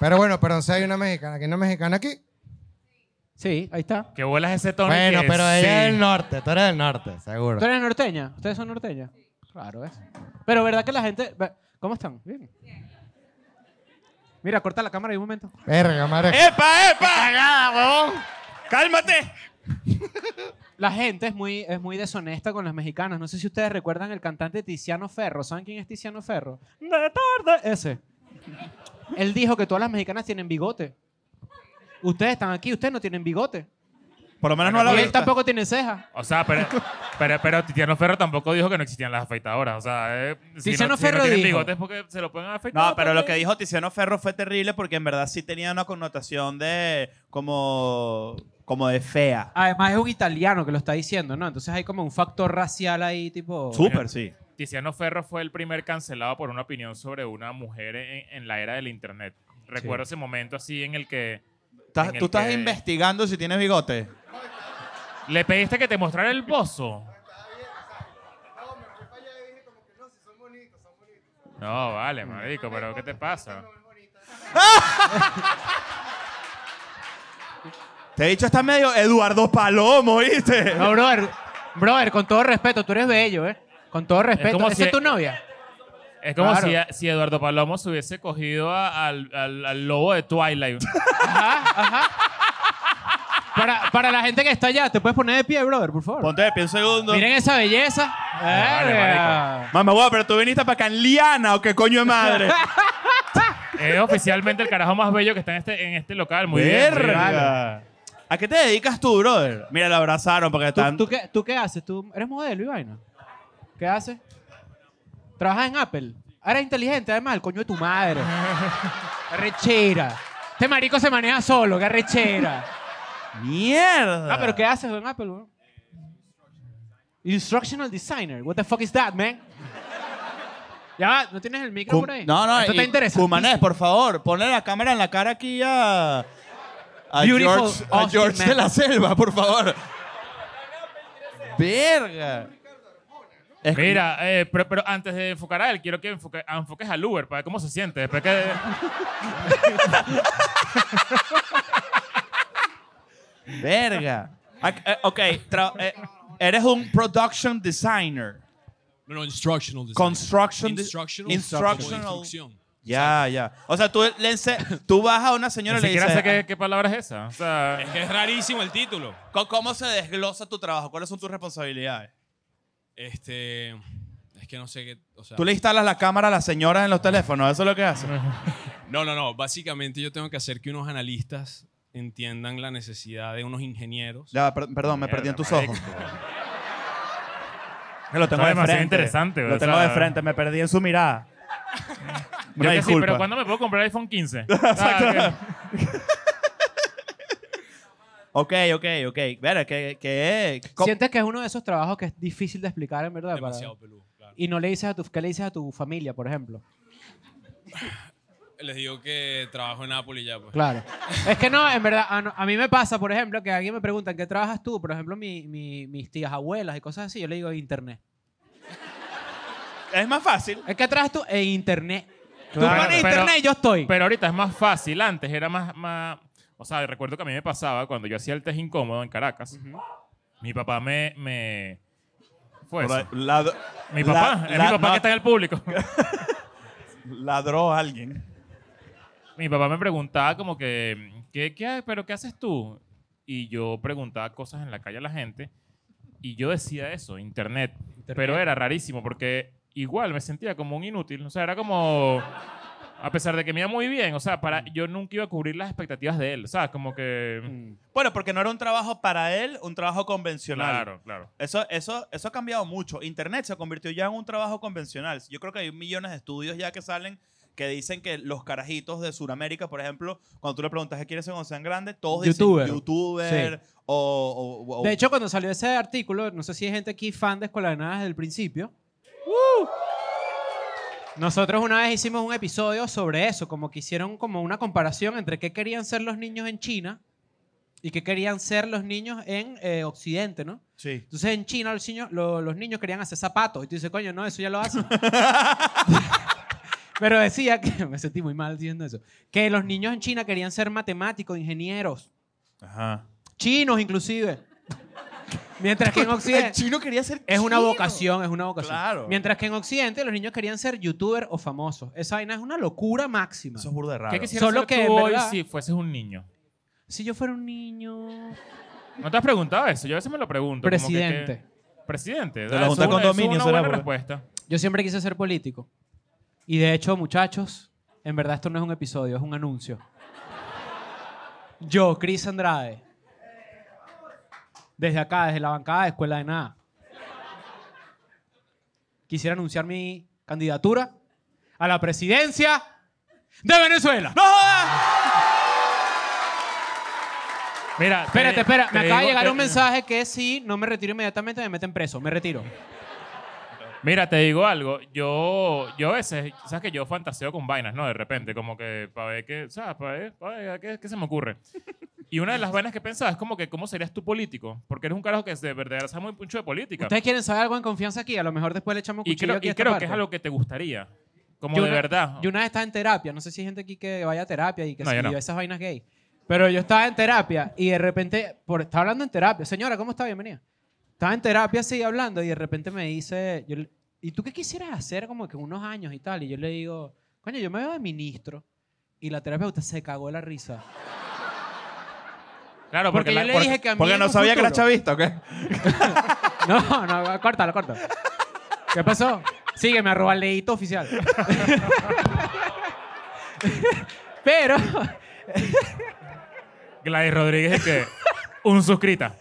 Pero bueno, pero entonces hay una mexicana. ¿Aquí hay una mexicana aquí? sí, ahí está. que vuelas ese tono. Bueno, que pero ella es sí. del norte, tú eres del norte, seguro. ¿Tú eres norteña? ¿Ustedes son norteñas? Claro, es. Pero ¿verdad que la gente... ve- ¿Cómo están? Bien. Mira, corta la cámara ahí un momento. Verga, madre. Eh. ¡Epa, epa! ¡Cagada, huevón! ¡Cálmate! La gente es muy, es muy deshonesta con las mexicanas. No sé si ustedes recuerdan el cantante Tiziano Ferro. ¿Saben quién es Tiziano Ferro? De tarde. Ese. Él dijo que todas las mexicanas tienen bigote. Ustedes están aquí, ustedes no tienen bigote. Por lo menos no la y vi. él tampoco tiene cejas. O sea, pero, pero, pero Tiziano Ferro tampoco dijo que no existían las afeitadoras. O sea, eh, si Tiziano no, si no Ferro tienen dijo. bigotes porque se lo pueden [LAUGHS] afeitar. No, pero lo que también. dijo Tiziano Ferro fue terrible porque en verdad sí tenía una connotación de como como de fea. Además es un italiano que lo está diciendo, ¿no? Entonces hay como un factor racial ahí, tipo... Súper, sí. Tiziano Ferro fue el primer cancelado por una opinión sobre una mujer en, en la era del internet. Recuerdo ese momento así en el que Estás- En el tú estás que- investigando si tienes bigote. le pediste que te mostrara el bozo. No, vale, marico, pero ¿qué te pasa? Te he dicho, está medio Eduardo Palomo, ¿viste? No, brother. Brother, con todo respeto, tú eres bello, ¿eh? Con todo respeto. como ¿Esa si- es tu novia? Es como Claro. si, si Eduardo Palomo se hubiese cogido a- al, al- al lobo de Twilight. Ajá, ajá. Para, para la gente que está allá, ¿te puedes poner de pie, brother, por favor? Ponte de pie un segundo. Miren esa belleza. vale, Verga. Mamá, guau, pero tú viniste para Canliana o qué coño de madre. es oficialmente el carajo más bello que está en este, en este local. Muy bien. muy bien. Verga. ¿A qué te dedicas tú, brother? Mira, la abrazaron porque ¿Tú, están. tú qué, tú qué haces? ¿Tú eres modelo y vaina? ¿Qué haces? ¿Trabajas en Apple? Ah, Eres inteligente, además, el coño de tu madre. [LAUGHS] Arrechera. Este marico se maneja solo, qué arrechera. Mierda. Ah, pero ¿qué haces en Apple, weón? Instructional designer. What the fuck is that, man? Ya, va, ¿no tienes el micro Cum- por ahí? No, no, Esto está y- interesante. Cumanés, por favor, ponle la cámara en la cara aquí a. A Beautiful George, a Austin, George de man. la Selva, por favor. Verga. Es- Mira, eh, pero, pero antes de enfocar a él, quiero que enfoque- enfoques al Uber para ver cómo se siente. Después que... Ah, Verga. Ah, eh, ok, tra- eh, eres un production designer. No, no, instructional design. Construction de- Instructional. Instructional. como instrucción. Ya, ya. O sea, tú, le ense- tú vas a una señora Ni y le siquiera dices. sé qué, qué palabra es esa. O sea, Es que es rarísimo el título. "Co- ¿Cómo se desglosa tu trabajo? ¿Cuáles son tus responsabilidades? Este. Es que no sé qué. O sea, Tú le instalas la cámara a las señoras en los teléfonos, eso es lo que haces. No, no, no. Básicamente yo tengo que hacer que unos analistas entiendan la necesidad de unos ingenieros. Ya, per- perdón, me perdí en tus marico. ojos. Que Lo tengo Está de demasiado frente. interesante, Lo ¿verdad? tengo O sea, de frente, me perdí en su mirada. yo Una que sí, disculpa. pero ¿cuándo me puedo comprar iPhone 15? [LAUGHS] Exacto. Ok, ok, ok. Verga, que, que co- Sientes que es uno de esos trabajos que es difícil de explicar, en verdad. para- Demasiado peludo, claro. Y no le dices a tu, ¿qué le dices a tu familia, por ejemplo? Les digo que Eh, trabajo en Nápoles y ya, pues. Claro. Es que no, en verdad, a, no- a mí me pasa, por ejemplo, que alguien me pregunta, ¿en qué trabajas tú? Por ejemplo, mi- mi- mis tías abuelas y cosas así, yo le digo internet. es más fácil. ¿En qué trabajas tú? En internet. Claro, tú pones pero- internet y yo estoy. Pero ahorita es más fácil. Antes era más, más... O sea, recuerdo que a mí me pasaba cuando yo hacía el test incómodo en Caracas. Mi papá me... me... Fue eso. Lad- Pues. Mi la- papá. es la- mi papá no, que está en el público. Ladró a alguien. mi papá me preguntaba como que, ¿qué, qué, ha- pero qué haces tú? Y yo preguntaba cosas en la calle a la gente y yo decía eso, internet. Pero era rarísimo porque igual me sentía como un inútil. O sea, era como... A pesar de que me iba muy bien, o sea, Mm. para, yo nunca iba a cubrir las expectativas de él. O sea, como que... Mm. Bueno, porque no era un trabajo para él, un trabajo convencional. Claro, claro. Eso, eso, eso ha cambiado mucho. Internet se convirtió ya en un trabajo convencional. Yo creo que hay millones de estudios ya que salen que dicen que los carajitos de Sudamérica, por ejemplo, cuando tú le preguntas qué quieres ser cuando sean grandes, todos Youtuber. dicen youtuber o, o- o- De hecho, cuando salió ese artículo, no sé si hay gente aquí fan de Escuela de Nada desde el principio. Nosotros una vez hicimos un episodio sobre eso, como que hicieron como una comparación entre qué querían ser los niños en China y qué querían ser los niños en eh, Occidente, ¿no? Sí. Entonces en China los niños, lo- los niños querían hacer zapatos. Y tú dices, coño, no, eso ya lo [LAUGHS] hacen. Pero decía que, [LAUGHS] me sentí muy mal diciendo eso, que los niños en China querían ser matemáticos, ingenieros, Ajá. chinos inclusive. [LAUGHS] Mientras que en El Occidente chino quería ser es una chino. vocación, es una vocación. Claro. Mientras que en Occidente los niños querían ser youtubers o famosos. Esa vaina es una locura máxima. Eso es burda de raro. ¿Qué quisieras Solo ser que, tú en hoy verdad- si fueses un niño? Si yo fuera un niño ¿No te has preguntado eso? Yo a veces me lo pregunto. como que- presidente, que- presidente. la Eso es Junta de una- eso es Condominio una será, buena porque- respuesta. yo siempre quise ser político. Y de hecho, muchachos, en verdad esto no es un episodio, es un anuncio. Yo, Cris Andrade, desde acá, desde la bancada de Escuela de Nada, quisiera anunciar mi candidatura a la presidencia de Venezuela. ¡No jodas! Mira, te Espérate, di- espera, te me acaba de digo- llegar te- un mensaje que si no me retiro inmediatamente me meten preso, me retiro. Mira, te digo algo. Yo, yo a veces, sabes que yo fantaseo con vainas, ¿no? De repente, como que para ver qué, ¿sabes? Para ver, pa' ver qué, qué se me ocurre. Y una de las vainas que pensaba es como que, ¿cómo serías tú político? Porque eres un carajo que de verdad sabe muy mucho de política. ¿Ustedes quieren saber algo en confianza aquí? A lo mejor después le echamos y cuchillo creo, aquí y a esta creo que es parte. algo que te gustaría. Como Yo de una- verdad. Yo una vez estaba en terapia, no sé si hay gente aquí que vaya a terapia y que No, se yo vive no. esas vainas gay. Pero yo estaba en terapia y de repente, por, estaba hablando en terapia. Señora, ¿cómo está? Bienvenida. Estaba en terapia así hablando y de repente me dice, yo le- ¿y tú qué quisieras hacer como que unos años y tal? Y yo le digo, coño, yo me veo de ministro. Y la terapeuta se cagó de la risa. Claro, porque, Porque yo la- le por- dije que a mí Porque en no un sabía que era futuro- chavista, ¿ok? [LAUGHS] No, no, córtalo, corta. ¿Qué pasó? Sígueme, arroba leíto oficial. [LAUGHS] Pero, Gladys Rodríguez es que un [LAUGHS] suscrita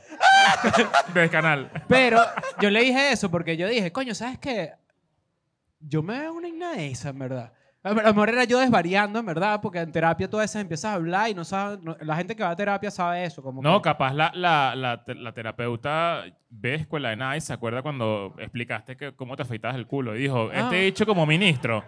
del canal. pero, yo le dije eso porque yo dije, coño, ¿sabes qué? Yo me veo una igna de esa, en verdad. A ver, a lo mejor era yo desvariando, en verdad, porque en terapia tú a veces empiezas a hablar y no sabes, no- la gente que va a terapia sabe eso. Como No, que, capaz la, la, la, te- la terapeuta ve escuela de nada y se acuerda cuando explicaste que, cómo te afeitabas el culo. Y dijo, Ah. este dicho como ministro.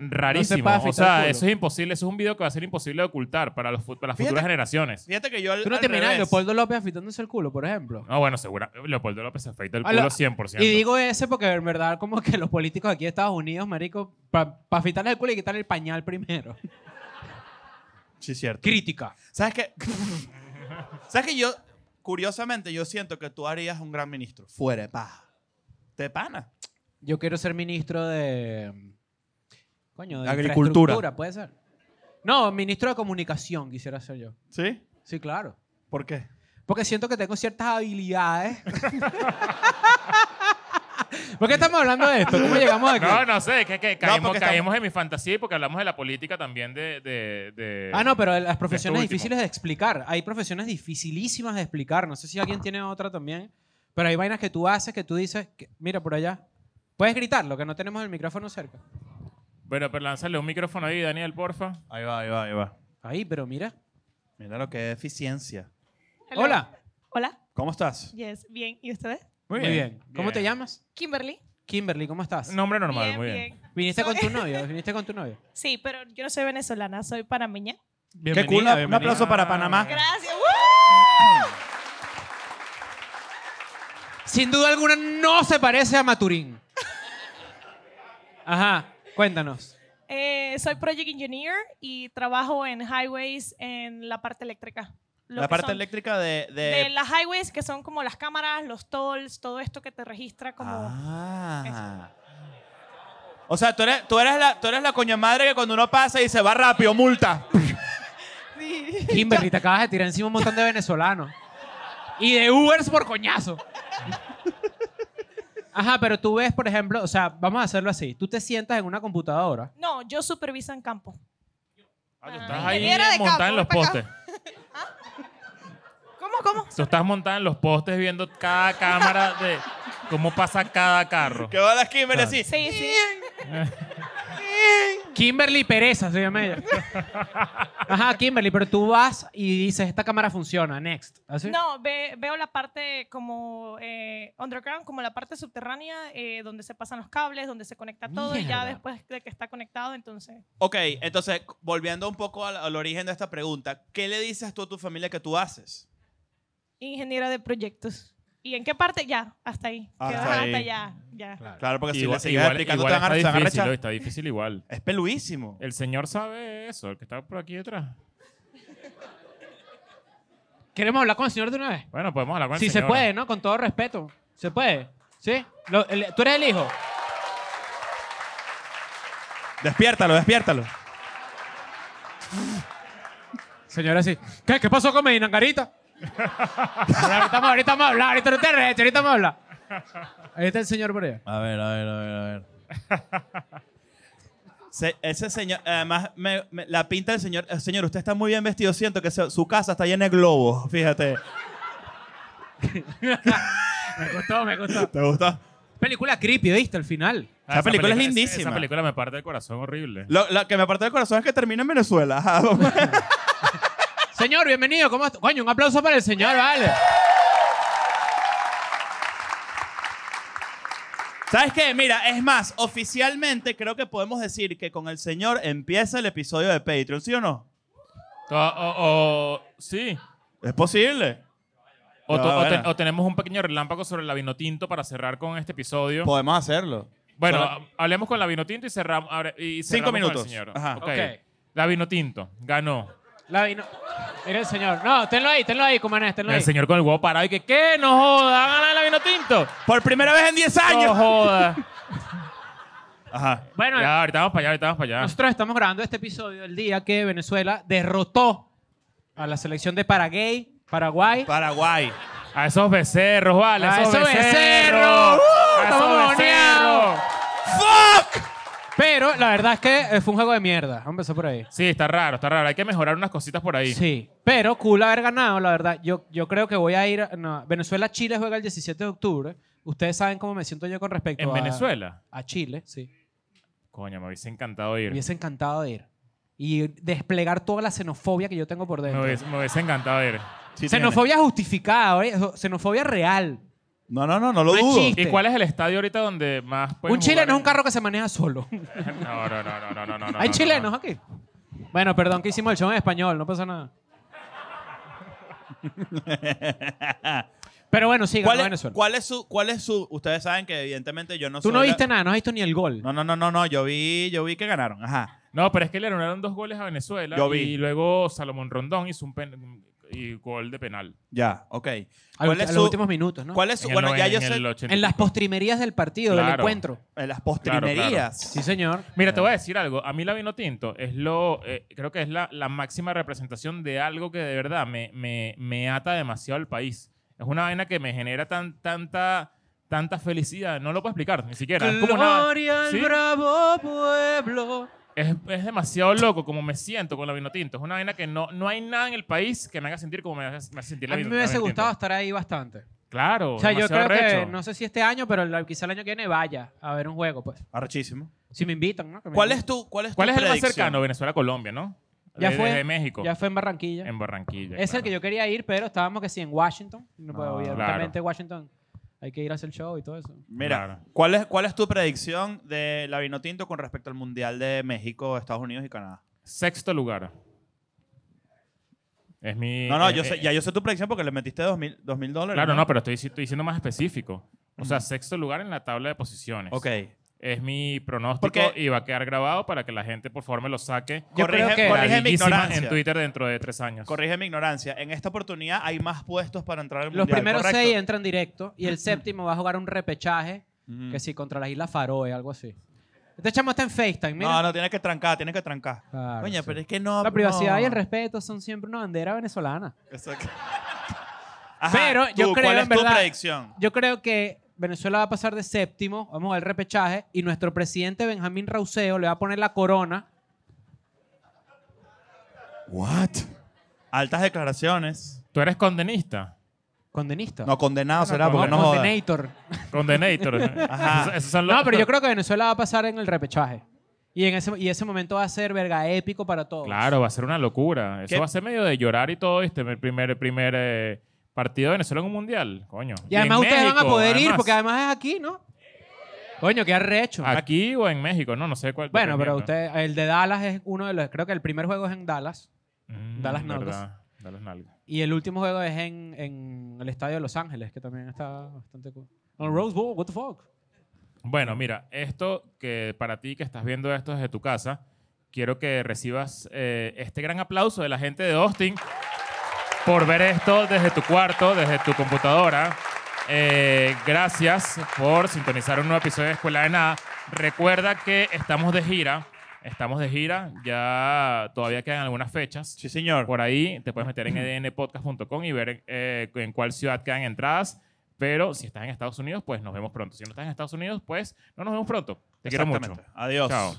Rarísimo. puede o afeitar el sea, culo. eso es imposible. Eso es un video que va a ser imposible de ocultar para, los, fu- para las Fíjate- futuras generaciones. Fíjate que yo al, tú no al terminas revés. Leopoldo López afitándose el culo, por ejemplo. No, bueno, segura. Leopoldo López se afeita el A la- culo 100%. Y digo ese porque en verdad como que los políticos aquí de Estados Unidos, marico, para pa afitarle el culo y quitarle el pañal primero. Sí, cierto. Crítica. ¿Sabes qué? [LAUGHS] ¿Sabes que yo, curiosamente, yo siento que tú harías un gran ministro? Fuera de paja. De pana. Yo quiero ser ministro de... Coño, de Agricultura. infraestructura, puede ser. No, ministro de comunicación quisiera ser yo. ¿Sí? Sí, claro. ¿Por qué? Porque siento que tengo ciertas habilidades. [LAUGHS] ¿Por qué estamos hablando de esto? ¿Cómo llegamos aquí? No, no sé, es que, que caímos, porque estamos- caímos en mi fantasía y porque hablamos de la política también de... de- de- Ah, no, pero las profesiones de esto último. difíciles de explicar. Hay profesiones dificilísimas de explicar. No sé si alguien tiene otra también. Pero hay vainas que tú haces que tú dices, que- mira por allá. Puedes gritarlo, que no tenemos el micrófono cerca. Bueno, pero lánzale un micrófono ahí, Daniel, porfa. Ahí va, ahí va, ahí va. Ahí, pero mira. Mira lo que es eficiencia. Hello. Hola. Hola. ¿Cómo estás? Yes, bien. ¿Y ustedes? Muy bien. ¿Cómo te Bien. llamas? Kimberly. Kimberly, ¿cómo estás? Nombre normal, muy bien. ¿Viniste con Soy- tu novio? ¿Viniste con tu novio? Sí, pero yo no soy venezolana, soy panameña. Uh. Qué cool. Bienvenida, Un bienvenida. aplauso para Panamá. Gracias. Sin duda alguna no se parece a Maturín. Ajá, cuéntanos. Eh, soy project engineer y trabajo en highways en la parte eléctrica. La Lo que parte son- eléctrica de... de- De las highways que son como las cámaras, los tolls, todo esto que te registra como... Ah. O sea, tú eres, tú, eres la, tú eres la coña madre que cuando uno pasa y se va rápido, multa. Sí. Kimberly, te acabas de tirar encima un montón de venezolanos. Y de Ubers por coñazo. Ajá, pero tú ves, por ejemplo, o sea, vamos a hacerlo así. Tú te sientas en una computadora. No, yo superviso en campo. Ah, tú Ah. estás ahí Ingeniera de montada campo, en los ven para postes. acá. ¿Cómo, cómo? Tú estás montada en los postes viendo cada cámara de cómo pasa cada carro. Que va las Kimberly así. Sí, sí. Kimberly Pereza se llama ella. Ajá, Kimberly, pero tú vas y dices, esta cámara funciona, next. ¿Así? No, ve- veo la parte como eh, underground, como la parte subterránea, eh, donde se pasan los cables, donde se conecta todo y Mierda. ya después de que está conectado, entonces... Ok, entonces, volviendo un poco al, al origen de esta pregunta, ¿qué le dices tú a tu familia que tú haces? Ingeniera de proyectos. ¿Y en qué parte? Ya, hasta ahí. Hasta Quedó hasta ahí. allá, ya. Claro, porque si Igual- le sigues igual- explicando, igual te van a- te van a está difícil, rechazar. hoy está difícil igual. Es peluísimo. El señor sabe eso, el que está por aquí detrás. ¿Queremos hablar con el señor de una vez? Bueno, podemos hablar con el Sí, se señor. Ah, puede, ¿no? Con todo respeto. ¿Se puede? ¿Sí? Lo- el- ¿Tú eres el hijo? Despiértalo, despiértalo. Señora, sí. ¿Qué, ¿Qué pasó con Medina Carita? ahorita, vamos, ahorita vamos a hablar, ahorita no te arreches, ahorita vamos a hablar. Ahí está el señor por allá. A ver, a ver, a ver, a ver. [LAUGHS] Se- ese señor, además, me- me- la pinta del señor, eh, señor, usted está muy bien vestido, siento que se- su casa está llena de globos, fíjate. Me gustó, me gustó. ¿Te gusta? Película creepy, ¿viste? Al final. Ah, Esa película es Esa lindísima. película me parte el corazón horrible. Lo, lo que me aparte del corazón es que termina en Venezuela. [LAUGHS] Ah, Ajá, vamos. Señor, bienvenido. ¿Cómo está? Coño, un aplauso para el señor, vale. ¿Sabes qué? Mira, es más, oficialmente creo que podemos decir que con el señor empieza el episodio de Patreon, ¿sí o no? O, o- o- sí. Es posible. O, No, to- o te- Ah, bueno. o tenemos un pequeño relámpago sobre la vinotinto para cerrar con este episodio. Podemos hacerlo. Bueno, Solo- ha- hablemos con la Vinotinto y cerramos. abre- y cerramos Cinco con el minutos. señor. Ajá. Ok. Ok. La Vinotinto ganó La vi, no. Mira el señor. No, tenlo ahí, tenlo ahí, Cumanés, tenlo ahí. El señor con el huevo parado y que, ¿qué? No joda, ganar la vino tinto. Por primera vez en 10 años. No joda. Ajá. [LAUGHS] Bueno, Ya, ahorita vamos para allá, ahorita vamos para allá. nosotros estamos grabando este episodio el día que Venezuela derrotó a la selección de Paraguay, Paraguay. Paraguay. A esos becerros, vale. A esos becerros. Uh, A estamos esos becerros. boneados. Pero la verdad es que eh, fue un juego de mierda. Vamos a empezar por ahí. Sí, está raro, está raro. Hay que mejorar unas cositas por ahí. Sí, pero cool haber ganado, la verdad. Yo, yo creo que voy a ir. a- no, Venezuela-Chile juega el 17 de octubre. Ustedes saben cómo me siento yo con respecto ¿En a. Venezuela? A Chile, sí. Coño, me hubiese encantado ir. Me hubiese encantado de ir. Y desplegar toda la xenofobia que yo tengo por Me dentro. hubiese, me hubiese encantado ir. Sí xenofobia justificada, ¿oye? Eso- xenofobia real. tiene. No, no, no, no lo No es dudo. chiste. ¿Y cuál es el estadio ahorita donde más pueden un chileno jugar es un carro que se maneja solo. en- Pues [LAUGHS] No, no, no, no, no, no, no, no. Hay no, chilenos no. aquí. Bueno, perdón que hicimos el show en español, no [LAUGHS] pasa nada. Pero bueno, sí, ganó ¿Cuál es, Venezuela. cuál es su, cuál es su? Ustedes saben que evidentemente yo no. Tú soy no la- viste nada, no has visto ni el gol. No, no, no, no, no. Yo vi, yo vi que ganaron. Ajá. No, pero es que le anularon dos goles a Venezuela. Yo vi. Y luego Salomón Rondón hizo un pen- y gol de penal. Ya, ok. Al ¿Cuál es ulti- a su- los últimos minutos, ¿no? ¿Cuál es su? En el Bueno, ya noven- yo en sé. el ochenta y En las pico. postrimerías del partido, del Claro. encuentro. En las claro. postrimerías. Sí, señor. Mira, te voy a decir algo. A mí la vino tinto es lo, eh, creo que es la, la máxima representación de algo que de verdad me, me, me ata demasiado al país. Es una vaina que me genera tan, tanta, tanta felicidad. No lo puedo explicar, ni siquiera. Es, como una, Gloria al Sí. bravo pueblo. es, es demasiado loco como me siento con la vino tinto. Es una vaina que no, no hay nada en el país que me haga sentir como me hace, me hace sentir la A mí vino- me la hubiese vino gustado tinto. estar ahí bastante. Claro. O sea, yo creo demasiado que, recho. no sé si este año, pero el- quizá el año que viene vaya a ver un juego, pues. Arrechísimo. Si me invitan, ¿no? Que me ¿Cuál es inviten. tu, cuál es ¿Cuál tu es el más predicción? cercano? Venezuela-Colombia, ¿no? Ya de, fue, de México. Ya fue en Barranquilla. En Barranquilla. es el claro. que yo quería ir, pero estábamos que sí en Washington. Y No puedo Ah, ir. claro. Obviamente Washington hay que ir a hacer show y todo eso. Mira, Claro. ¿cuál, es, ¿cuál es tu predicción de la Vinotinto con respecto al Mundial de México, Estados Unidos y Canadá? Sexto lugar. Es mi. No, no, eh, yo eh, sé, ya yo sé tu predicción porque le metiste dos mil, dos mil dólares. Claro, no, pero estoy, estoy diciendo más específico. O sea, sexto lugar en la tabla de posiciones. Ok. Es mi pronóstico Porque- y va a quedar grabado para que la gente, por favor, me lo saque. Yo creo Corrige, que- corrige mi Ladillísima ignorancia. en Twitter dentro de tres años. Corrige mi ignorancia. En esta oportunidad hay más puestos para entrar al Los Mundial, primeros ¿correcto? seis entran directo y el séptimo va a jugar un repechaje, Ujú. que sí, contra las Islas Faroe, algo así. Este chamo está en FaceTime, mira. No, no, tienes que trancar, tienes que trancar. Claro, Coño, sí. pero es que no... La privacidad no. y el respeto son siempre una bandera venezolana. [LAUGHS] Exacto. Ajá, Pero yo tú, creo, ¿cuál en es tu verdad- predicción? Yo creo que Venezuela va a pasar de séptimo, vamos al repechaje, y nuestro presidente Benjamín Rauseo le va a poner la corona. What? Altas declaraciones. Tú eres condenista. Condenista. No, condenado será no, porque no, joda. Condenator. Condenator. [LAUGHS] Esos- esos son los- No, pero yo creo que Venezuela va a pasar en el repechaje. Y, en ese, y ese momento va a ser verga épico para todos. Claro, va a ser una locura. Eso ¿Qué? va a ser medio de llorar y todo, este El primer, primer eh, partido de Venezuela en un mundial. Coño. Y además en ustedes van a México, poder ir, además. porque además es aquí, ¿no? Coño, qué arrecho. Aquí o en México, no, no sé cuál. Bueno, pero dependiendo. usted, el de Dallas es uno de los. Creo que el primer juego es en Dallas Mm, da las nalgas. verdad, Da las nalgas. y el último juego es en, en el estadio de Los Ángeles, que también está bastante cool. On Oh, Rose Bowl, what the fuck. Bueno, mira, esto que para ti que estás viendo esto desde tu casa, quiero que recibas eh, este gran aplauso de la gente de Austin por ver esto desde tu cuarto, desde tu computadora. Eh, gracias por sintonizar un nuevo episodio de Escuela de Nada. Recuerda que estamos de gira, estamos de gira, ya todavía quedan algunas fechas. Sí, señor. Por ahí te puedes meter en ednpodcast.com y ver eh, en cuál ciudad quedan entradas. Pero si estás en Estados Unidos, pues nos vemos pronto. Si no estás en Estados Unidos, pues no nos vemos pronto. Te quiero mucho. Exactamente. Adiós. Chao.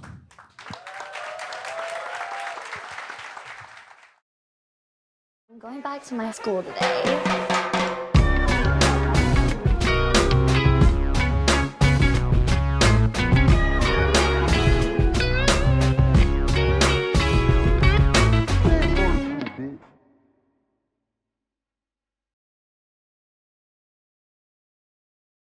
I'm going back to my school today.